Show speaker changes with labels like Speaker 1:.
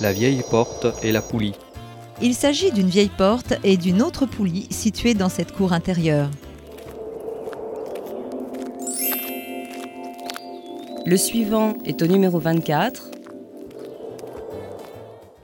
Speaker 1: la vieille porte et la poulie.
Speaker 2: Il s'agit d'une vieille porte et d'une autre poulie située dans cette cour intérieure.
Speaker 3: Le suivant est au numéro 24,